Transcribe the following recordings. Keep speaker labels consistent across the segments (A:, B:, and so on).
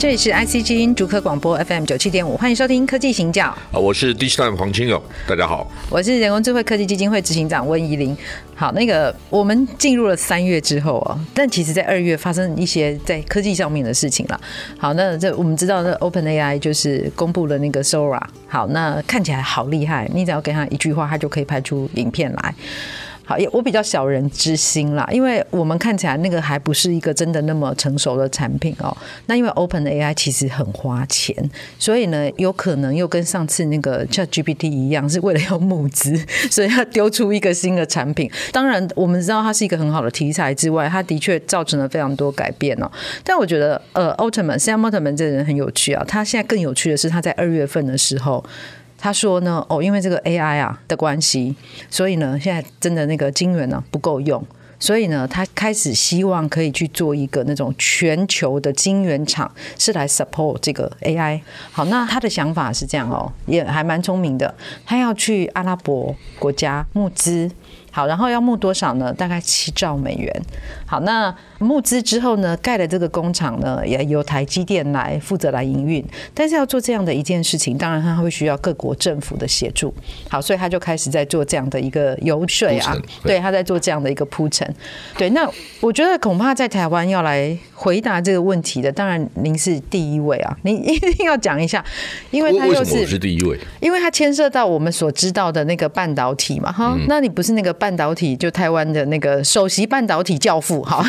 A: 这里是 IC 之音逐客广播 FM 九七点五，欢迎收听科技行脚，
B: 啊，我是 Digitime 黄清勇，大家好。
A: 我是人工智慧科技基金会执行长温怡玲。好，那个我们进入了三月之后哦，但其实在二月发生一些在科技上面的事情了。好，那这我们知道，那 OpenAI 就是公布了那个 Sora，好，那看起来好厉害，你只要给他一句话，他就可以拍出影片来。好，也我比较小人之心啦，因为我们看起来那个还不是一个真的那么成熟的产品哦。那因为 Open AI 其实很花钱，所以呢，有可能又跟上次那个 Chat GPT 一样，是为了要募资，所以要丢出一个新的产品。当然，我们知道它是一个很好的题材之外，它的确造成了非常多改变哦。但我觉得，呃，奥特曼，现在奥特曼这个人很有趣啊。他现在更有趣的是，他在二月份的时候。他说呢，哦，因为这个 AI 啊的关系，所以呢，现在真的那个晶圆呢、啊不够用，所以呢，他开始希望可以去做一个那种全球的晶圆厂，是来 support 这个 AI。好，那他的想法是这样哦，也还蛮聪明的，他要去阿拉伯国家募资。好，然后要募多少呢？大概七兆美元。好，那募资之后呢，盖的这个工厂呢，也由台积电来负责来营运。但是要做这样的一件事情，当然它会需要各国政府的协助。好，所以他就开始在做这样的一个游说啊
B: 铺陈，对
A: 对，他在做这样的一个铺陈。对，那我觉得恐怕在台湾要来回答这个问题的，当然您是第一位啊，您一定要讲一下，因为
B: 为
A: 他
B: 为
A: 又
B: 什么我
A: 是
B: 是第一位？
A: 因为它牵涉到我们所知道的那个半导体嘛，哈，那你不是那个半导体就台湾的那个首席半导体教父，好，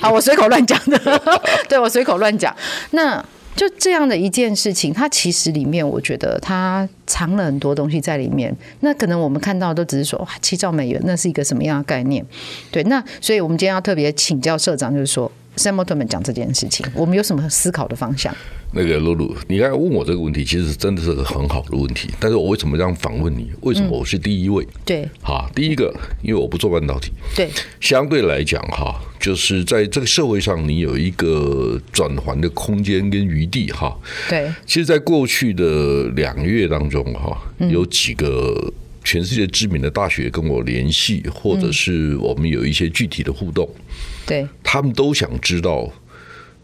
A: 好，我随口乱讲的， 对我随口乱讲。那就这样的一件事情，它其实里面我觉得它藏了很多东西在里面。那可能我们看到都只是说哇啊七兆美元，那是一个什么样的概念？对，那所以我们今天要特别请教社长，就是说 Sam Altman 讲这件事情，我们有什么思考的方向？
B: 那个露露，你刚才问我这个问题，其实真的是个很好的问题。但是我为什么这样反问你？为
A: 嗯
B: 什么我是第一位？
A: 对
B: 哈，第一个，因为我不做半导体，
A: 对
B: 相对来讲哈，就是在这个社会上，你有一个转环的空间跟余地哈。
A: 对，
B: 其实，在过去的两月当中，哈，
A: 嗯
B: 有几个全世界知名的大学跟我联系，或
A: 嗯
B: 者是我们有一些具体的互动，
A: 对，
B: 他们都想知道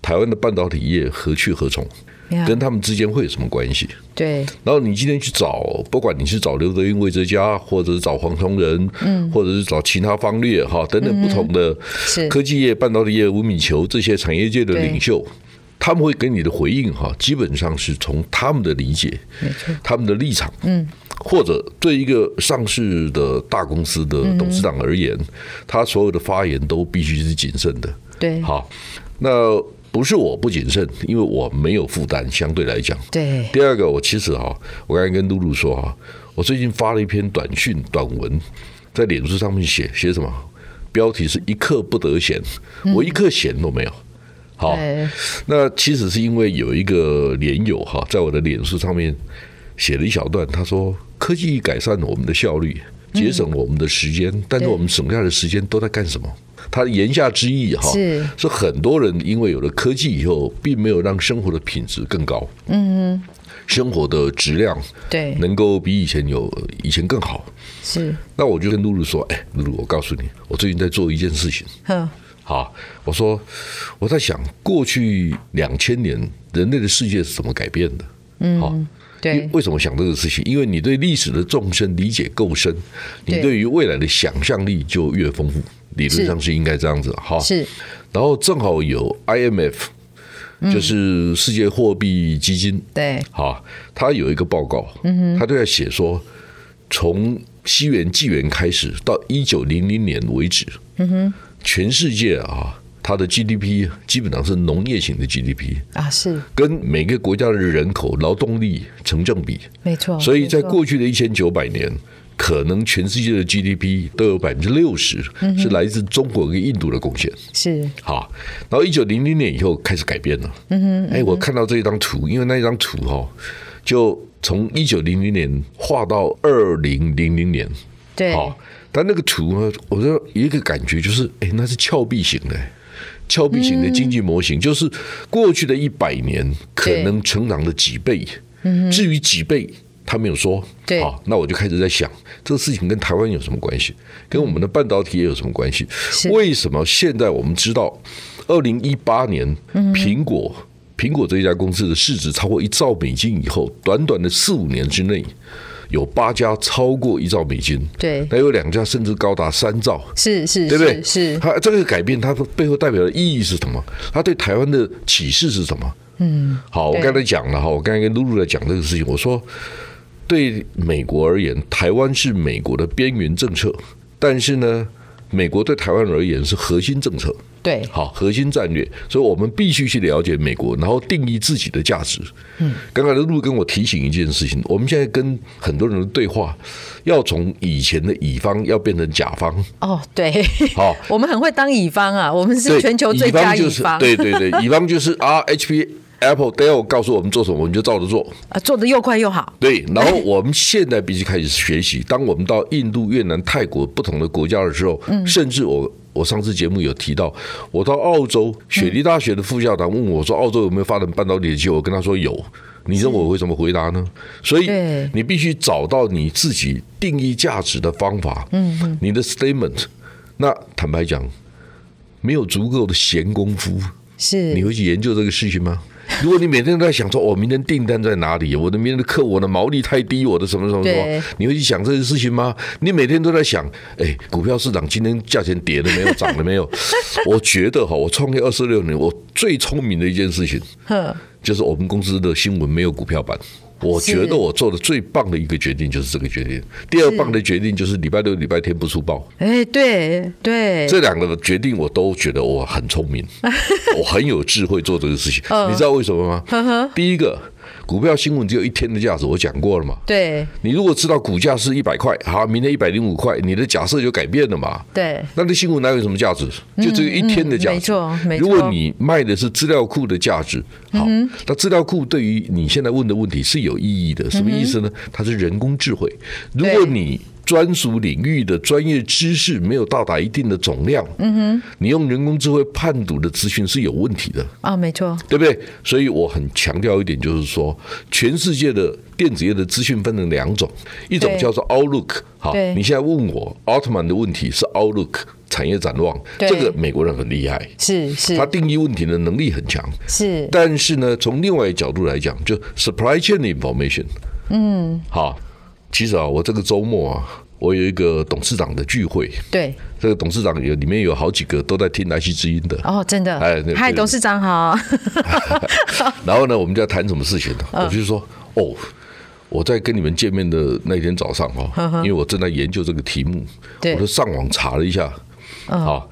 B: 台湾的半导体业何去何从，
A: 呀
B: 跟他们之间会有什么关系。
A: 对
B: 然后你今天去找，不管你是找刘德英、魏哲家，或者是找黄崇仁，嗯，或者是找其他方略哈等等不同的
A: 是
B: 科技业、半导体业、吴敏球这些产业界的领袖，他们会给你的回应哈，基本上是从他们的理解、他们的立场，嗯，或者对一个上市的大公司的董事长而言，他所有的发言都必须是谨慎的。
A: 对
B: 好，那不是我不谨慎，因为我没有负担，相对来讲。
A: 对。
B: 第二个，我其实哈，我刚才跟露露说哈，我最近发了一篇短讯短文，在脸书上面写写什么？标题是一刻不得闲，我一刻闲都没有。好，
A: 对
B: 那其实是因为有一个连友哈，在我的脸书上面写了一小段，他说科技改善了我们的效率，节省了我们的时间，但是
A: 对
B: 我们省下的时间都在干什么？他言下之意哈，
A: 是
B: 是很多人因为有了科技以后，并没有让生活的品质更高，嗯生活的质量
A: 对，
B: 能够比以前有以前更好。
A: 是，
B: 那我就跟露露说，哎，露露，我告诉你，我最近在做一件事情。
A: 哼，
B: 好，我说我在想，过去两千年人类的世界是怎么改变的？嗯，好，
A: 对
B: 因为什么想这个事情？因为你对历史的纵深理解够深，你
A: 对
B: 对于未来的想象力就越丰富。理论上是应该这样子啊哈。
A: 是，
B: 然后正好有 IMF，就是
A: 嗯
B: 世界货币基金，
A: 对，
B: 好，他有一个报告，
A: 嗯
B: 他都在写说，从西元纪元开始到一九零零年为止，
A: 嗯
B: 全世界啊，它的 GDP 基本上是农业型的 GDP，
A: 啊，是，
B: 跟每个国家的人口劳动力成正比，
A: 没错。
B: 所以在
A: 哦没错
B: 过去的一千九百年。可能全世界的 GDP 都有百分之六十
A: 嗯
B: 是来自中国跟印度的贡献。
A: 是，
B: 好，然后一九零零年以后开始改变了。嗯哼，哎，我看到这一张图，因为那一张图哈、哦，就从一九零零年画到二零零零年，
A: 对，
B: 好，但那个图呢，我说有一个感觉就是，哎，那是峭壁型的，峭壁型的
A: 嗯
B: 经济模型，就是过去的一百年可
A: 对
B: 能成长的几倍，至于几倍。他没有说，
A: 嗯对
B: 好，那我就开始在想，这个事情跟台湾有什么关系？跟我们的半导体也有什么关系？为什么现在我们知道，二零一八年
A: 嗯
B: 苹果、苹果这一家公司的市值超过一兆美金以后，短短的四五年之内，有八家超过一兆美金，
A: 对
B: 那有两家甚至高达三兆，
A: 是是
B: 对不对？
A: 是是，
B: 它这个改变，它背后代表的意义是什么？它对台湾的启示是什么？嗯，好，我
A: 对
B: 刚才讲了哈，我刚才跟露露在讲这个事情，我说对美国而言，台湾是美国的边缘政策，但是呢，美国对台湾而言是核心政策。
A: 对
B: 好，核心战略，所以我们必须去了解美国，然后定义自己的价值。嗯，刚才的路跟我提醒一件事情，我们现在跟很多人的对话，要从以前的乙方要变成甲方。
A: 哦对，
B: 好，
A: 我们很会当乙方啊，我们是
B: 对，
A: 全球最佳乙
B: 就是对对对，乙方就是啊，HP、Apple、Dell 告诉我们做什么，我们就照着做。
A: 啊，做的又快又好，
B: 对，然后我们现在必须开始学习。当我们到印度、越南、泰国不同的国家的时候，甚至我我上次节目有提到，我到澳洲雪梨大学的副校长问我说，澳洲有没有发展半导体的机会？我跟他说有。你认为我会怎么回答呢？所以
A: 对
B: 你必须找到你自己定义价值的方法，嗯，你的 statement。那坦白讲，没有足够的闲工夫，你
A: 是
B: 会去研究这个事情吗？如果你每天都在想说，我明天订单在哪里？我的明天的课，我的毛利太低，我的什么什么什
A: 对
B: 么，你会去想这些事情吗？你每天都在想，哎，股票市场今天价钱跌了没有，涨了没有？我觉得哈，我创业二十六年，我最聪明的一件事情，
A: 哼，
B: 就是我们公司的新闻没有股票版。我
A: 是
B: 觉得我做的最棒的一个决定就是这个决定，第二棒的决定就是礼拜六、礼拜天不出报。
A: 哎对对，
B: 这两个的决定，我都觉得我很聪 明，我很有智慧做这个事情。
A: 嗯
B: 你知道为什么吗？第一个，股票新闻只有一天的价值，我讲过了嘛。
A: 对
B: 你如果知道股价是一百块，好，明天一百零五块，你的假设就改变了嘛。
A: 对
B: 那这新闻哪有什么价值？就只有一天的价值。
A: 嗯嗯没错没错嗯
B: 如果你卖的是资料库的价值，好，那资料库对于你现在问的问题是有意义的。什么意思呢？
A: 嗯
B: 它是人工智慧。如果你专属领域的专业知识没有到达一定的总量，嗯哼，你用人工智慧判读的资讯是有问题的。
A: 啊，没错，
B: 对不对？所以我很强调一点，就是说，全世界的电子业的资讯分成两种，一种
A: 对
B: 叫做 Outlook，好
A: 对，
B: 你现在问我奥特曼的问题是 Outlook 产业展望，
A: 对
B: 这个美国人很厉害，
A: 是是
B: 他定义问题的能力很强。
A: 是，
B: 但是呢，从另外一个角度来讲，就 supply chain information，嗯，好，其实啊，我这个周末啊，我有一个董事长的聚会，
A: 对
B: 这个董事长有里面有好几个都在听来西之音的，
A: 哦，真的
B: 哎对，
A: 嗨，
B: 对
A: 董事长好，
B: 然后呢，我们就要谈什么事情呢？
A: 嗯
B: 我就说，哦，我在跟你们见面的那天早上哈、哦，因为我正在研究这个题目，
A: 嗯对嗯
B: 我就上网查了一下，啊，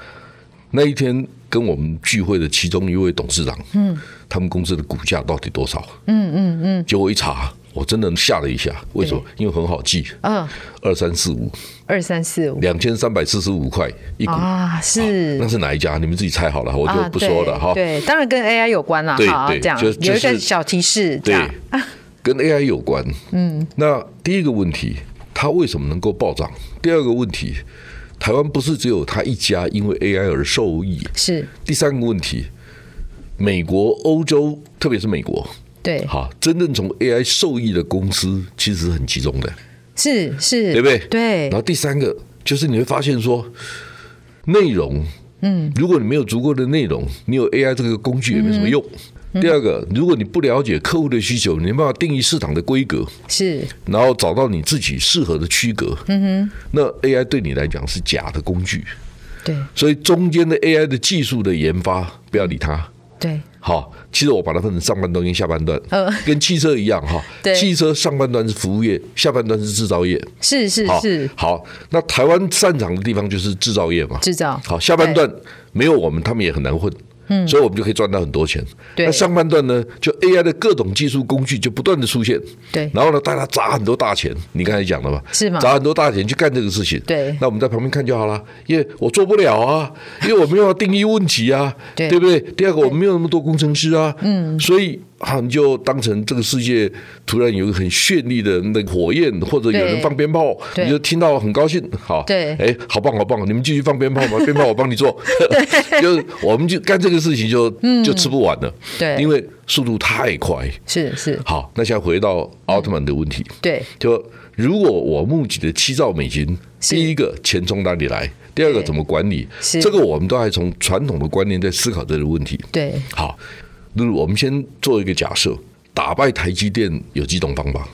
B: 那一天跟我们聚会的其中一位董事长，嗯，他们公司的股价到底多少？嗯嗯嗯，结果一查，我真的吓了一下，为什么？因为很好记，
A: 嗯，
B: 二三四五，
A: 二三四五
B: 两千三百四十五块一股。
A: 啊，是
B: 那是哪一家？你们自己猜嗯好了，我就不说了哈、
A: 啊对。对，当然跟 AI 有关啦。
B: 对
A: 好，
B: 对
A: 这样
B: 就就是
A: 有一个小提示，这
B: 对
A: 样，
B: 跟 AI 有关。嗯，那第一个问题，它为什么能够暴涨？第二个问题，台湾不是只有它一家因为 AI 而受益。
A: 是
B: 第三个问题，美国、欧洲，特别是美国，
A: 对，
B: 哈，真正从 AI 受益的公司其实很集中的，
A: 是是，
B: 对不对？
A: 对
B: 然后第三个就是你会发现说，内容，嗯，如果你没有足够的内容，你有 AI 这个工具也没什么用。第二个，如果你不了解客户的需求，你没办法定义市场的规格，
A: 是
B: 然后找到你自己适合的区隔。嗯哼，那 AI 对你来讲是假的工具，
A: 对
B: 所以中间的 AI 的技术的研发，不要理它。
A: 对
B: 好，其实我把它分成上半段跟下半段，
A: 嗯
B: 跟汽车一样哈
A: 对。
B: 汽车上半段是服务业，下半段是制造业。
A: 是是
B: 好
A: 是，
B: 好，那台湾擅长的地方就是制造业嘛。
A: 制造
B: 好，下半段没有我们，他们也很难混。嗯，所以我们就可以赚到很多钱。
A: 对
B: 那上半段呢，就 AI 的各种技术工具就不断的出现。
A: 对
B: 然后呢，大家砸很多大钱，你刚才讲了嘛，
A: 是吗
B: 砸很多大钱去干这个事情。
A: 对
B: 那我们在旁边看就好了，因为我做不了啊， 因为我没有定义问题啊，
A: 对
B: 不对？第二个，我们没有那么多工程师啊，嗯，所以啊，你就当成这个世界突然有一个很绚丽的那个火焰，或者有人放鞭炮，
A: 对
B: 你就听到很高兴，好，
A: 对
B: 哎，好棒好棒，你们继续放鞭炮 吧，鞭炮我帮你做， 就是我们就干这个事情就就吃不完了，
A: 嗯对
B: 因为速度太快。
A: 是是，
B: 好，那现在回到奥特曼的问题，
A: 对，
B: 就如果我募集的七兆美金，
A: 是
B: 第一个钱从哪里来，第二个
A: 对
B: 怎么管理，
A: 是
B: 这个我们都还从传统的观念在思考这个问题。
A: 对，
B: 好，那我们先做一个假设，打败台积电有几种方法？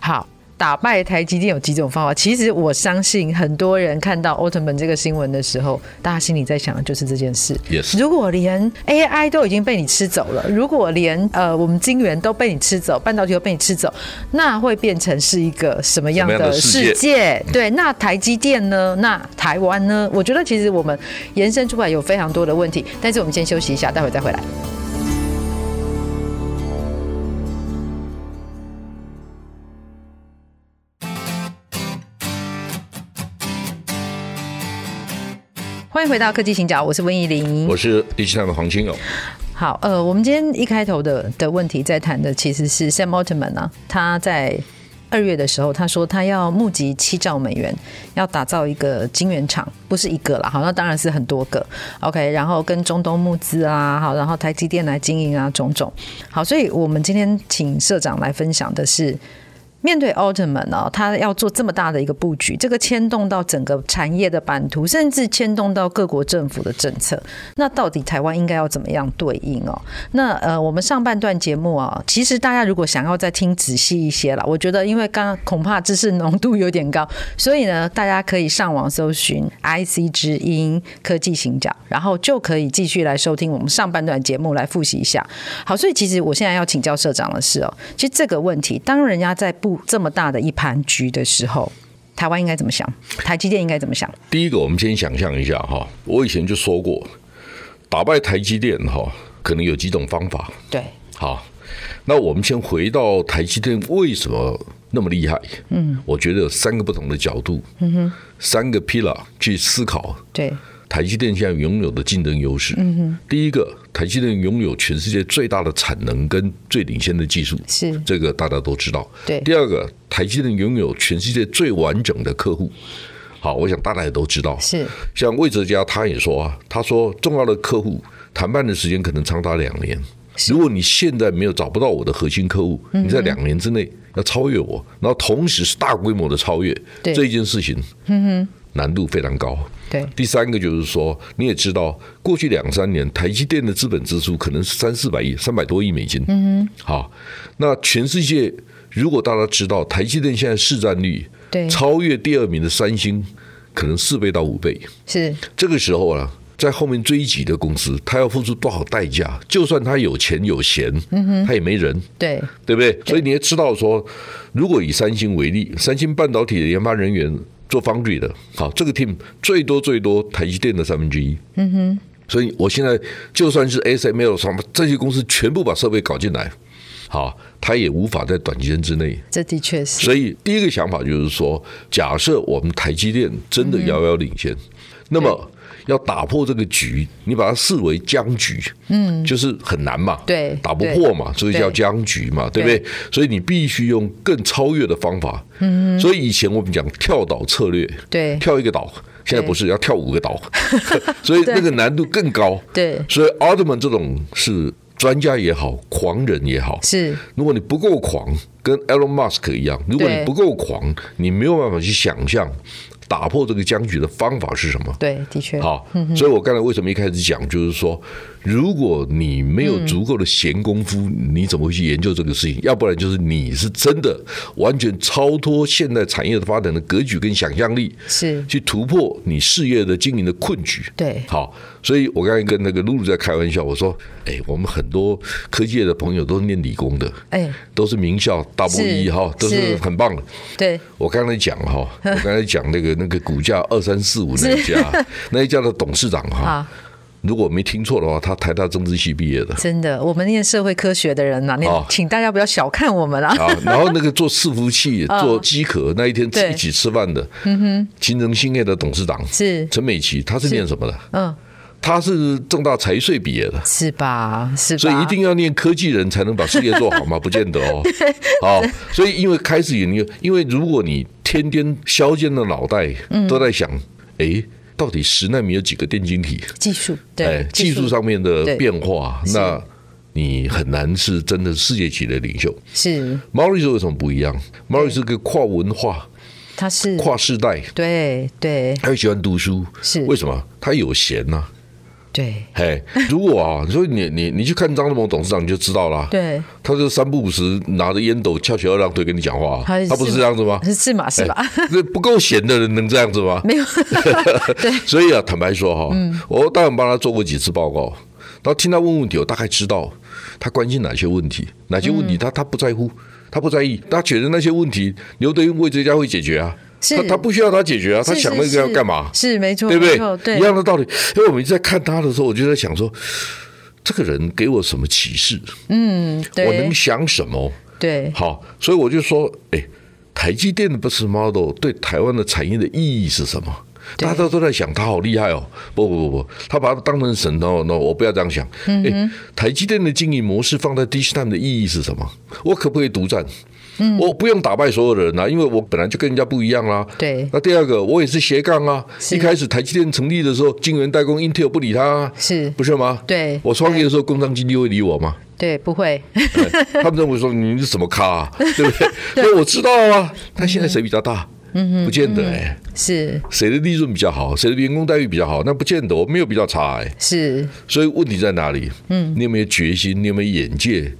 A: 好。打败台积电有几种方法？其实我相信很多人看到奥特曼这个新闻的时候，大家心里在想的就是这件事。
B: Yes
A: 如果连 AI 都已经被你吃走了，如果连呃我们晶圆都被你吃走，半导体都被你吃走，那会变成是一个什么样
B: 什么
A: 的
B: 样的世界
A: 世界？对，那台积电呢？那台湾呢？我觉得其实我们延伸出来有非常多的问题，但是我们先休息一下，待会儿再回来。欢迎回到科技行脚，我是温怡玲，
B: 我是第七代的黄清哦友，
A: 好，呃，我们今天一开头的的问题在谈的其实是 Sam Altman 啊，他在二月的时候，他说他要募集七兆美元，要打造一个晶圆厂，不是一个啦，好，那当然是很多个，OK，然后跟中东募资啊，好，然后台积电来经营啊，种种，好，所以我们今天请社长来分享的是。面对奥特曼啊，他要做这么大的一个布局，这个牵动到整个产业的版图，甚至牵动到各国政府的政策。那到底台湾应该要怎么样对应哦？那呃，我们上半段节目啊，其实大家如果想要再听仔细一些啦，我觉得因为刚刚恐怕知识浓度有点高，所以呢，大家可以上网搜寻 IC 之音科技行脚，然后就可以继续来收听我们上半段节目来复习一下。好，所以其实我现在要请教社长的是哦，其实这个问题，当人家在布这么大的一盘局的时候。台湾应该怎么想？台积电应该怎么想？
B: 第一个，我们先想象一下哈，我以前就说过，打败台积电哈，可能有几种方法。
A: 对，
B: 好，那我们先回到台积电为什么那么厉害？嗯，我觉得有三个不同的角度，嗯哼，三个 pillar 去思考
A: 对，
B: 台积电现在拥有的竞争优势。嗯哼，第一个，台积电拥有全世界最大的产能跟最领先的技术，
A: 是，
B: 这个大家都知道。
A: 对
B: 第二个，台积电拥有全世界最完整的客户。好，我想大家也都知道，
A: 是，
B: 像魏哲家他也说啊，他说重要的客户谈判的时间可能长达两年。如果你现在没有找不到我的核心客户，
A: 嗯
B: 你在两年之内要超越我，然后同时是大规模的超越
A: 对嗯
B: 这一件事情，难度非常高。
A: 对，
B: 第三个就是说，你也知道，过去两三年台积电的资本支出可能是三四百亿、三百多亿美金。嗯，好，那全世界如果大家知道，台积电现在市占率
A: 对
B: 超越第二名的三星，可能四倍到五倍。
A: 是，
B: 这个时候啊，在后面追击的公司，他要付出多少代价？就算他有钱有闲，他也没人。
A: 对，
B: 对不嗯对？所以你也知道说，如果以三星为例，三星半导体的研发人员做 foundry 的，好，这个 team 最多最多台积电的三分之一。嗯哼。所以我现在就算是 ASML 什么这些公司全部把设备搞进来，好，它也无法在短时间之内。
A: 这的确是。
B: 所以第一个想法就是说，假设我们台积电真的遥遥领先，那么。要打破这个局，你把它视为僵局，嗯，就是很难嘛，
A: 对
B: 打不破嘛，所以叫僵局嘛，对不对
A: 对？
B: 所以你必须用更超越的方法，嗯，所以以前我们讲跳岛策略，
A: 对
B: 跳一个岛，现在不是要跳五个岛，所以那个难度更高，
A: 对
B: 所以奥特曼这种是专家也好，狂人也好，
A: 是
B: 如果你不够狂，跟 Elon Musk 一样，如果
A: 对
B: 你不够狂，你没有办法去想象打破这个僵局的方法是什么。
A: 对，的确，
B: 好，所以我刚才为什么一开始讲，就是说，如果你没有足够的闲工夫，你怎么会去研究这个事情？要不然就是你是真的完全超脱现代产业的发展的格局跟想象力，
A: 是
B: 去突破你事业的经营的困局。
A: 对
B: 好，所以我刚才跟那个露露在开玩笑，我说，哎，我们很多科技业的朋友都是念理工的，
A: 哎
B: 都是名校大博一
A: 是
B: 哈，都是
A: 是
B: 很棒的。
A: 对，
B: 我刚才讲哈， 我刚才讲那个那个股价二三四五那一家， 那一家的董事长哈
A: 啊，。
B: 如果我没听错的话，他台大政治系毕业 的
A: 真的，我们念社会科学的人呐、念
B: 哦
A: 请大家不要小看我们啊。
B: 啊，然后那个做伺 服器、做机壳那一天
A: 嗯对
B: 一起吃饭的，嗯哼，勤能兴业的董事长
A: 是
B: 陈美琪，他是念什么的？
A: 嗯，
B: 他是正大财税毕业的，
A: 是吧？是吧？
B: 所以一定要念科技人才能把事业做好 吗？不见得哦。好，所以因为开始研究，因为如果你天天削尖了脑袋
A: 嗯
B: 都在想，诶，到底十纳米有几个电晶体？
A: 技术
B: 哎
A: 对，
B: 技术上面的
A: 对
B: 变化，
A: 是
B: 那你很难是真的世界级的领袖。
A: 是
B: 毛利是为什么不一样？毛利是个跨文化、
A: 它是
B: 跨世代，
A: 对对
B: 他喜欢读书，
A: 是
B: 为什么？他有闲呐、
A: 对
B: 嘿，如果啊，所以你你你去看张忠谋董事长，你就知道啦。
A: 对，
B: 他就三不五时拿着烟斗翘起二郎腿跟你讲话，啊
A: 他是
B: 他不是这样子 吗？
A: 是是嘛是吧？
B: 那不够闲的人能这样子吗？
A: 没有对
B: 所以啊，坦白说哈，
A: 嗯
B: 我当然帮他做过几次报告，然后听他问问题，我大概知道他关心哪些问题，哪些问
A: 嗯
B: 题他他不在乎，他不在意，他觉得那些问题刘德英为这家会解决啊，
A: 是
B: 他他不需要他解决 啊，他
A: 是
B: 想
A: 是
B: 那个要
A: 是
B: 干嘛？
A: 是没错
B: 对不
A: 嗯没错
B: 对？
A: 对
B: 一样的道理。因为我们一直在看他的时候，我就在想说，这个人给我什么启示？我
A: 嗯对
B: 能想什么？
A: 对
B: 好，所以我就说，哎，台积电的 business model 对台湾的产业的意义是什么？大家都都在想他好厉害哦，不不不不，他把他当成神哦，no，我不要这样想。
A: 嗯
B: 哎、台积电的经营模式放在 d i s t i m 的意义是什么？我可不可以独占？
A: 嗯
B: 我不用打败所有的人啊，因为我本来就跟人家不一样啦、
A: 对
B: 那第二个，我也是斜杠啊。
A: 是
B: 一开始台积电成立的时候，晶圆代工 Intel 不理他、啊，
A: 是
B: 不是吗？
A: 对
B: 我创业的时候，工商经济会理我 吗？
A: 对不会
B: 对他们认为说你是什么咖、啊，对不 对？那我知道啊，但现在谁比较大？嗯，不见得哎、
A: 是
B: 谁的利润比较好，谁的员工待遇比较好，那不见得，我没有比较差哎、
A: 是
B: 所以问题在哪里？嗯，你有没有决心？你有没有眼界？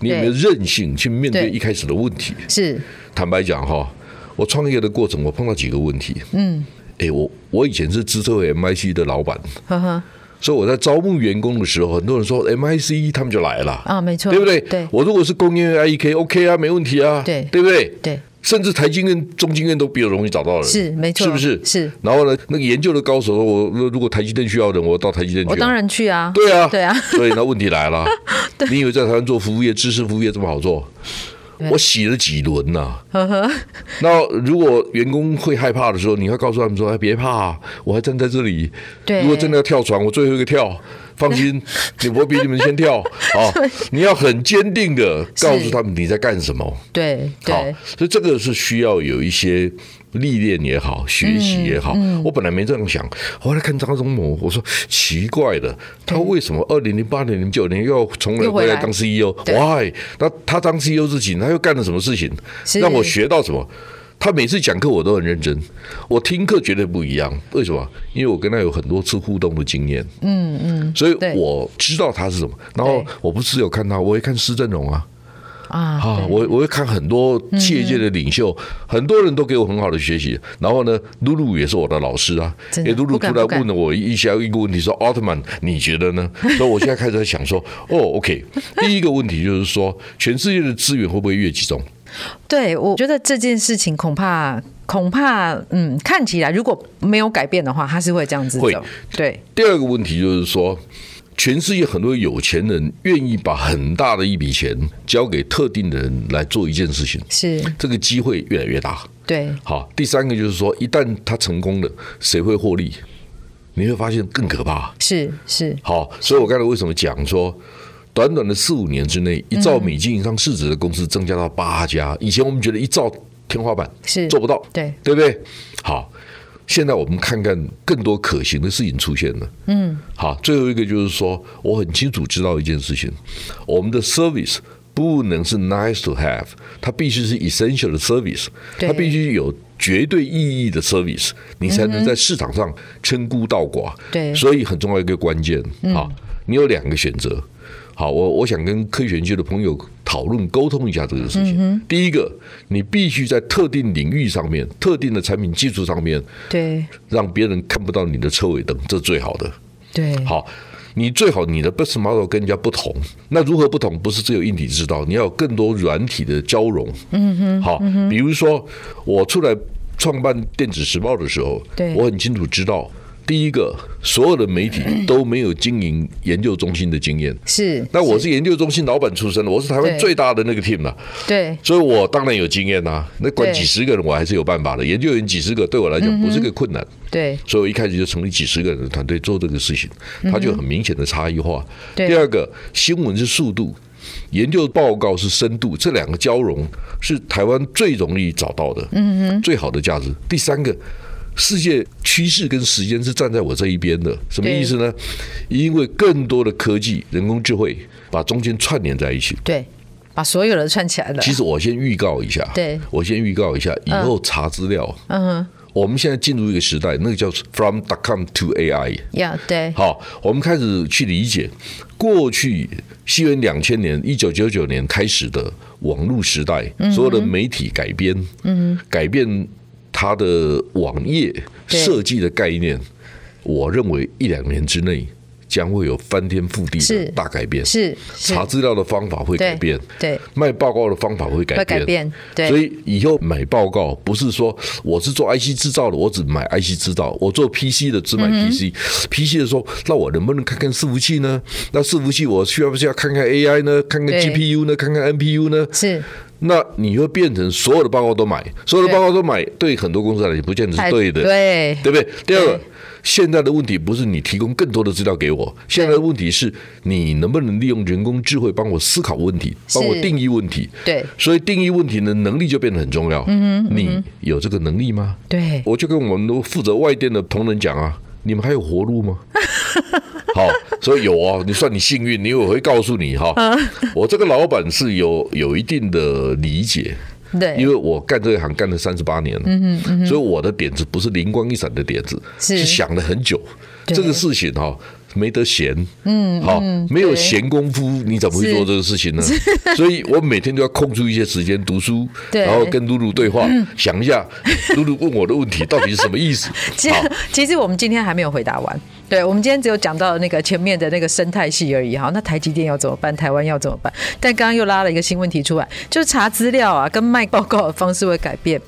B: 你有没有韧性去面对
A: 对
B: 一开始的问题？
A: 是
B: 坦白讲哈，我创业的过程，我碰到几个问题。嗯，哎，我我以前是资策会 MIC 的老板，
A: 呵呵
B: 所以我在招募员工的时候，很多人说 MIC 他们就来了
A: 啊没错
B: 对不对？
A: 对
B: 我如果是工业 IEK OK 啊，没问题啊，
A: 对
B: 对不对？
A: 对
B: 甚至台经院、中经院都比较容易找到人，
A: 是没错
B: 是不是？
A: 是。
B: 然后呢，那个研究的高手说，我如果台积电需要人，我到台积电去、啊。
A: 我当。然去啊
B: 对啊，
A: 对啊
B: 所以那问 题来了，你以为在台湾做服务业、知识服务业这么好做？我洗了几轮呐、
A: 呵呵
B: 那如果员工会害怕的时候，你会告诉他们说：“哎，别怕、我还站在这里。
A: 对
B: 如果真的要跳船，我最后一个跳。放心，你我比你们先跳啊！你要很坚定的告诉他们你在干什么。
A: 对
B: 好
A: 对，
B: 所以这个是需要有一些历练也好，学习也好。
A: 嗯
B: 我本来没这样想，后来看张忠谋，我说奇怪的，他为什么二零零八年、零九年又重来
A: 又回
B: 回
A: 来
B: 来当 CEO？Why？
A: 对
B: 那他当 E CEO 之前，他又干了什么事情
A: 是？
B: 让我学到什么？他每次讲课我都很认真，我听课绝对不一样。为什么？因为我跟他有很多次互动的经验，嗯嗯，所以
A: 对
B: 我知道他是什么。然后
A: 对
B: 我不是有看他，我也看施正荣啊，
A: 啊
B: 啊，
A: 对嗯
B: 我我会看很多业界的领袖，很多人都给我很好的学习。然后呢，露露也是我的老师啊。
A: 真的
B: 诶露露
A: 不
B: 突
A: 敢
B: 然问了我一下一个问题，说：“奥特曼，你觉得呢？” 所以我现在开始在想说：“哦，OK，第 一个问题就是说，全世界的资源会不会越集中？
A: 对，我觉得这件事情恐怕恐怕，嗯，看起来如果没有改变的话，它是会这样子
B: 会
A: 走。对，
B: 第二个问题就是说，全世界很多有钱人愿意把很大的一笔钱交给特定的人来做一件事情，
A: 是，
B: 这个机会越来越大。
A: 对，
B: 好，第三个就是说，一旦他成功了，谁会获利？你会发现更可怕。
A: 是是，
B: 好，所以我刚才为什么讲说，短短的四五年之内，
A: 嗯
B: 一兆美金以上市值的公司增加到八家，以前我们觉得一兆天花板
A: 是
B: 做不到，
A: 对
B: 对不对？好，现在我们看看更多可行的事情出现了。嗯，好，最后一个就是说，我很清楚知道一件事情，我们的 service。不能是 nice to have，它必须是 essential 的 service，
A: 对
B: 它必须有绝对意义的 service，你才能在市场上称孤道寡。
A: 对
B: 所以很重要一个关键啊，你有两个选择。好，我我想跟科学界的朋友讨论沟通一下这个事情。第一个，你必须在特定领域上面、特定的产品技术上面，
A: 对
B: 让别人看不到你的车尾灯，这是最好的。
A: 对，
B: 好，你最好你的 business model 跟人家不同。那如何不同？不是只有硬体知道，你要有更多软体的交融。嗯哼，好，比如说我出来创办电子时报的时候
A: 对，
B: 我很清楚知道。第一个，所有的媒体都没有经营研究中心的经验。
A: 是，
B: 那我是研究中心老板出身的，我是台湾
A: 对
B: 最大的那个 team 了、
A: 对
B: 所以我当然有经验呐、那管
A: 对
B: 几十个人，我还是有办法的。研究员几十个，对我来讲不是个困难。
A: 对
B: 所以我一开始就成立几十个人的团队做这个事情，它就有很明显的差异化。
A: 对啊
B: 第二个，新闻是速度，研究报告是深度，这两个交融是台湾最容易找到的，嗯哼，最好的价值。第三个。世界趋势跟时间是站在我这一边的，什么
A: 对
B: 意思呢？因为更多的科技、人工智慧把中间串联在一起。
A: 对，把所有的串起来了。
B: 其实我先预告一下，
A: 对啊
B: 我先预告一下，以后查资料，
A: 嗯哼，
B: 我们现在进入一个时代，那个叫 from dot com to AI。
A: 呀，对
B: 好，我们开始去理解过去西元两千年一九九九年开始的网络时代，
A: 嗯
B: 所有的媒体改编，嗯，改变它的网页
A: 对
B: 设计的概念，我认为一两年之内将会有翻天覆地
A: 是
B: 的大改变。
A: 是是
B: 查资料的方法会改
A: 对
B: 变，
A: 对，
B: 卖报告的方法会改
A: 会
B: 变，
A: 改变对
B: 所以以后买报告不是说我是做 IC 制造的，我只买 IC 制造；我做 PC 的只
A: 嗯
B: 买 PC、PC 的说，那我能不能看看伺服器呢？那伺服器我需要不需要看看 AI 呢？看看
A: 对
B: GPU 呢？看看 NPU 呢？
A: 是
B: 那你会变成所有的报告都买，所有的
A: 对
B: 报告都买，对很多公司来讲不见得
A: 太
B: 是对的。
A: 对
B: 对不对？第二个
A: 对，
B: 现在的问题不是你提供更多的资料给我，现在的问题是你能不能利用人工智慧帮我思考问题，
A: 是
B: 帮我定义问题。
A: 对
B: 所以定义问题的能力就变得很重要。嗯你有这个能力吗？
A: 对
B: 我就跟我们都负责外电的同仁讲啊，你们还有活路 吗？好，所以有哦，你算你幸运，因为我会告诉你哈，我这个老板是有有一定的理解，因
A: 对
B: 为我干这一行干了三十八年了，嗯嗯所以我的点子不是灵光一闪的点子，
A: 是
B: 想了很久。
A: 对
B: 这个事情哈、没得闲，嗯，好、没有闲工夫，你怎么会做这个事情呢？ 所以我每天都要空出一些时间读书，
A: 对
B: 然后跟露露对嗯话，想一下露露问我的问题到底是什么意 思。
A: 其实
B: 好，
A: 其实我们今天还没有回答完。对，我们今天只有讲到那个前面的那个生态系而已。好，那台积电要怎么办？台湾要怎么办？但刚刚又拉了一个新问题出来，就是查资料啊，跟卖报告的方式会改变。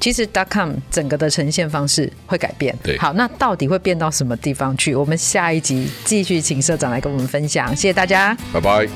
A: 其实 .com 整个的呈现方式会改变。
B: 对
A: 好，那到底会变到什么地方去？我们下一集继续请社长来跟我们分享。谢谢大家。
B: 拜拜。